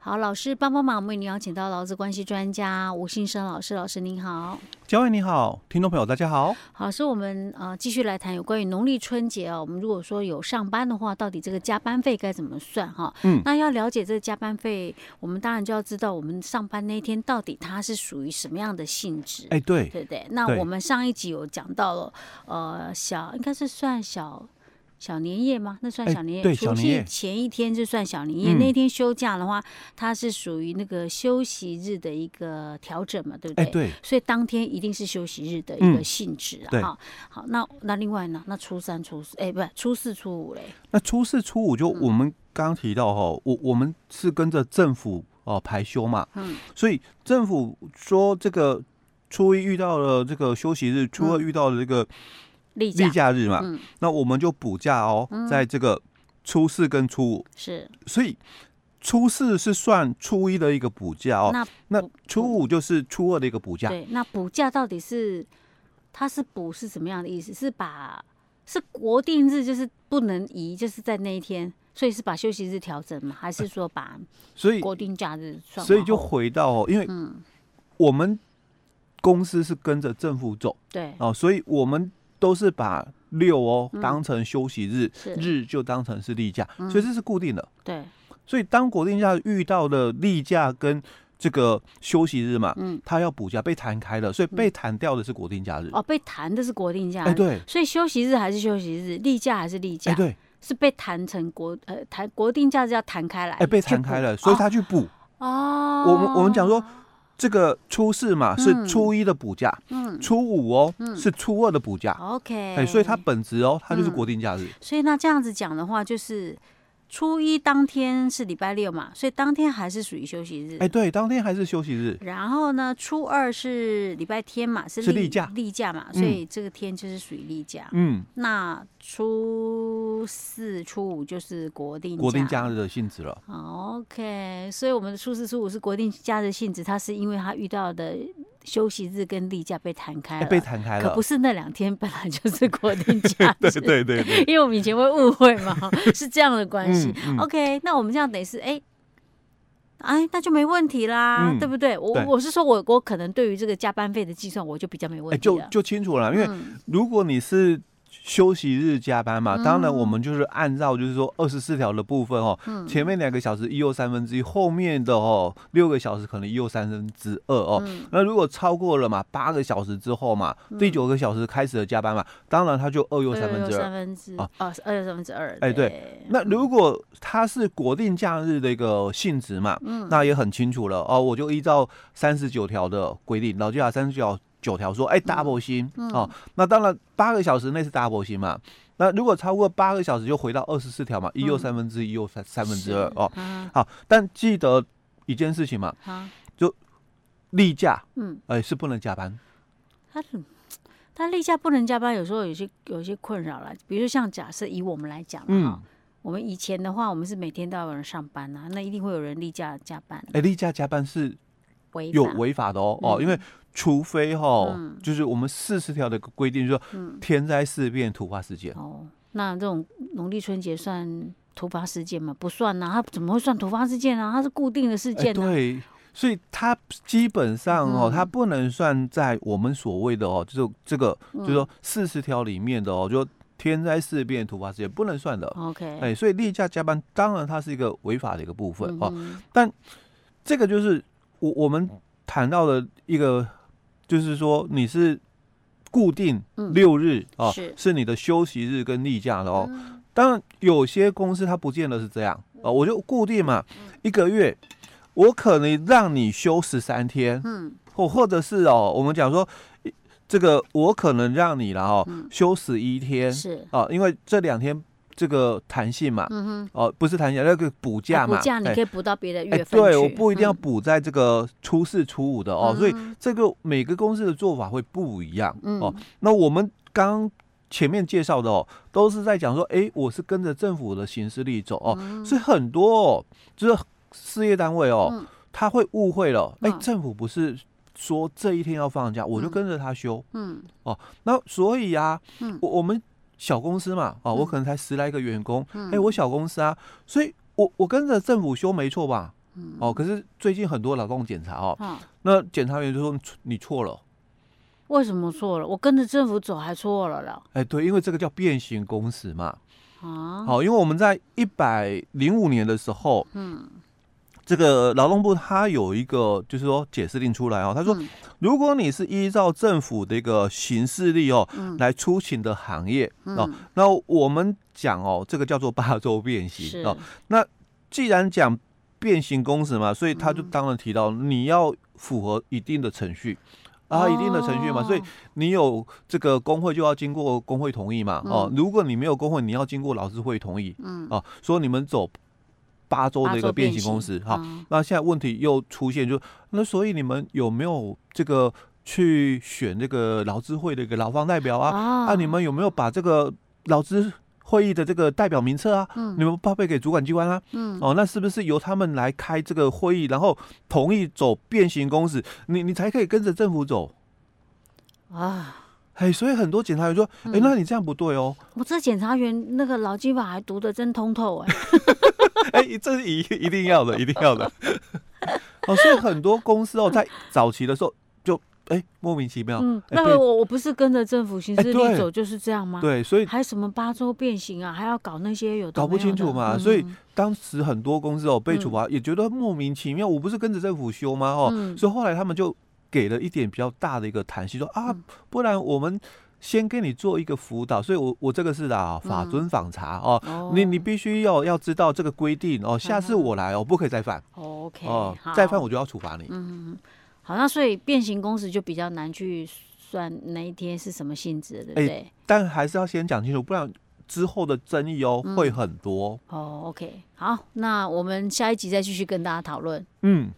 好，老师帮帮忙，我们为您邀请到劳资关系专家吴信生老师，老师您好。嘉惠你好，听众朋友大家好。好，是我们呃继续来谈有关于农历春节啊，我们如果说有上班的话，到底这个加班费该怎么算哈？嗯那要了解这个加班费，我们当然就要知道我们上班那天到底它是属于什么样的性质。哎、对，对不对？那对我们上一集有讲到了，呃，小应该是算小小年夜吗？那算哎小年夜，对除小年夕夜前一天就算小年夜。嗯那天休假的话，它是属于那个休息日的一个调整嘛，对不哎、对？对，所以当天一定是休息日的一个嗯性质啊。对哈好，那那另外呢？那初三、初四，哎，不，初四、初五嘞？那初四初五嗯就我们刚刚提到哈，我我们是跟着政府哦、排休嘛，嗯，所以政府说这个初一遇到了这个休息日，初二遇到了这个嗯例假例假日嘛，嗯那我们就补假哦，在这个初四跟初五，是所以。初四是算初一的一个补假哦，那那初五就是初二的一个补假，对，那补假到底是它是补是怎么样的意思？是把是国定日，就是不能移，就是在那一天，所以是把休息日调整吗？还是说把所以国定假日算往后？哎嗯所以就回到哦，因为我们公司是跟着政府走对哦，所以我们都是把六哦嗯当成休息日，是嗯日就当成是例假，所以这是固定的。对，所以当国定假日遇到了例假跟这个休息日嘛，嗯，它要补假被弹开了，所以被弹掉的是国定假日。哦，被谈的是国定假哎、日，对，所以休息日还是休息日，例假还是例假，哎、对，是被谈成国呃谈国定假日要谈开来，哎、被去弹补开了，所以他去补。哦，我们我们讲说这个初四嘛嗯是初一的补假，嗯初五哦、是初二的补假。 ，OK，哎、所以它本质哦，它就是国定假日。所以那这样子讲的话，就是初一当天是礼拜六嘛，所以当天还是属于休息日。哎、对，当天还是休息日。然后呢，初二是礼拜天嘛，是是例假例假嘛，所以这个天就是属于例假。嗯，那初四、初五就是国定嗯哦国定假日的性质了。 OK，所以我们的初四、初五是国定假日性质，它是因为它遇到的休息日跟例假被弹开哎、了，被弹开可了不。是那两天本来就是国 定假日。对对对 对， 因为我们以前会误会嘛， 是这样的关系。嗯嗯 OK，那我们这样等于是哎。哎，那就没问题啦，嗯对不对？我对我是说我我可能对于这个加班费的计算，我就比较没哎、问题就了。就清楚了。因为嗯如果你是休息日加班嘛，当然我们就是按照就是说二十四条的部分哦，前面两个小时一又三分之一，后面的哦六个小时可能一又三分之二哦。那如果超过了嘛八个小时之后嘛，第九个小时开始的加班嘛，当然它就二又三嗯分之二三。分之啊哦，是二又三分之二。哎对那如果它是国定假日的一个性质嘛，那也很清楚了哦。我就依照三十九条的规定，劳基法三十九九条说，哎、d o u b l e 薪、哦。那当然八个小时内是 double 薪嘛。那如果超过八个小时，就回到二十四条嘛，一又三分之一，又三三分之二哦。啊好，但记得一件事情嘛，啊，例假，嗯，哎、是不能加班。他是他例假不能加班，有时候有些有些困扰了。比如像假设以我们来讲嗯哈，我们以前的话，我们是每天都要有人上班啊，那一定会有人例假加班，哎、例假加班是违有法嗯违法的哦、哦，因为除非哈、就是我们四十条的规定，就是说嗯天灾事变、突发事件。哦，那这种农历春节算突发事件吗？不算呐、它怎么会算突发事件啊？它是固定的事哎，件、啊嗯对，所以它基本上哦，它不能算在我们所谓的哦，就是这个，嗯就是说四十条里面的哦，就天灾事变、突发事件不能算的。 OK，、哎，所以例假加班当然它是一个违法的一个部分嗯哦，哼这个就是我我们谈到的一个，就是说你是。固定嗯六日、哦，是你的休息日跟例假的哦。嗯当然，有些公司它不见得是这样哦，我就固定嘛，嗯一个月我可能让你休十三天，嗯，或或者是哦，我们讲说一这个我可能让你了哦，休十一天嗯是哦，因为这两天这个弹性嘛，嗯哼，哦不是弹性，那个补假补嘛，假你哎可以补到别的哎月份去、对，我不一定要嗯补在这个初四初五的哦，所以这个每个公司的做法会不一样嗯哦。那我们刚前面介绍的哦，都是在讲说，哎，我是跟着政府的行事历走哦，嗯所以很多哦，就是事业单位哦，他会误会了，哎，嗯政府不是说这一天要放假，我就跟着他休，哦嗯那所以啊，嗯我我们小公司嘛，哦，我嗯可能才十来个员工，哎、我小公司啊，所以我我跟着政府休没错吧？嗯哦，可是最近很多劳动检查哦，啊，那检察员就说你错你错了，为什么错了？我跟着政府走还错了了哎，对，因为这个叫变形工时嘛。啊？好，因为我们在一百零五年的时候，嗯，这个劳动部它有一个就是说解释令出来哦，他嗯说，如果你是依照政府的一个行事历哦、来出勤的行业、哦，那我们讲哦，这个叫做八周变是形哦。既然讲变形工时嘛，所以他就当然提到你要符合一定的程序。啊，一定的程序嘛，所以哦你有这个工会就要经过工会同意嘛，嗯哦，如果你没有工会，你要经过劳资会同意，嗯，哦，说你们走八周八的一周个变变形工时，哈，啊那现在问题又出现，就那所以你们有没有这个去选这个劳资会的一个劳方代表啊？啊，啊你们有没有把这个劳资会议的这个代表名册啊，你们报备给主管机关啊？嗯哦，那是不是由他们来开这个会议，然后同意走变形公式，你你才可以跟着政府走？啊！哎，所以很多检察员说，哎、那嗯你这样不对哦，我这检察员那个劳基法还读得真通透哎、哎、这是一 一定要的，一定要的。 哦，所以很多公司哦，在早期的时候就哎、莫名其妙，嗯，哎那被我我不是跟着政府行哎事对历走就是这样吗？对，所以还什么八周变形啊，还要搞那些有的搞不没有清楚的嘛，嗯所以当时很多公司哦被处罚，也觉得莫名其妙，我不是跟着政府修吗？哦，嗯所以后来他们就给了一点比较大的一个弹性，说啊，嗯不然我们先给你做一个辅导，所以我我这个是啊法遵法查哦。嗯哦你你必须要要知道这个规定哦，下次嗯我来哦，不可以再犯 OK 哦好，再犯我就要处罚你。好，那所以变形工时就比较难去算那一天是什么性质的，对不哎对？但还是要先讲清楚，不然之后的争议哦会很多。哦，OK，好，那我们下一集再继续跟大家讨论。嗯，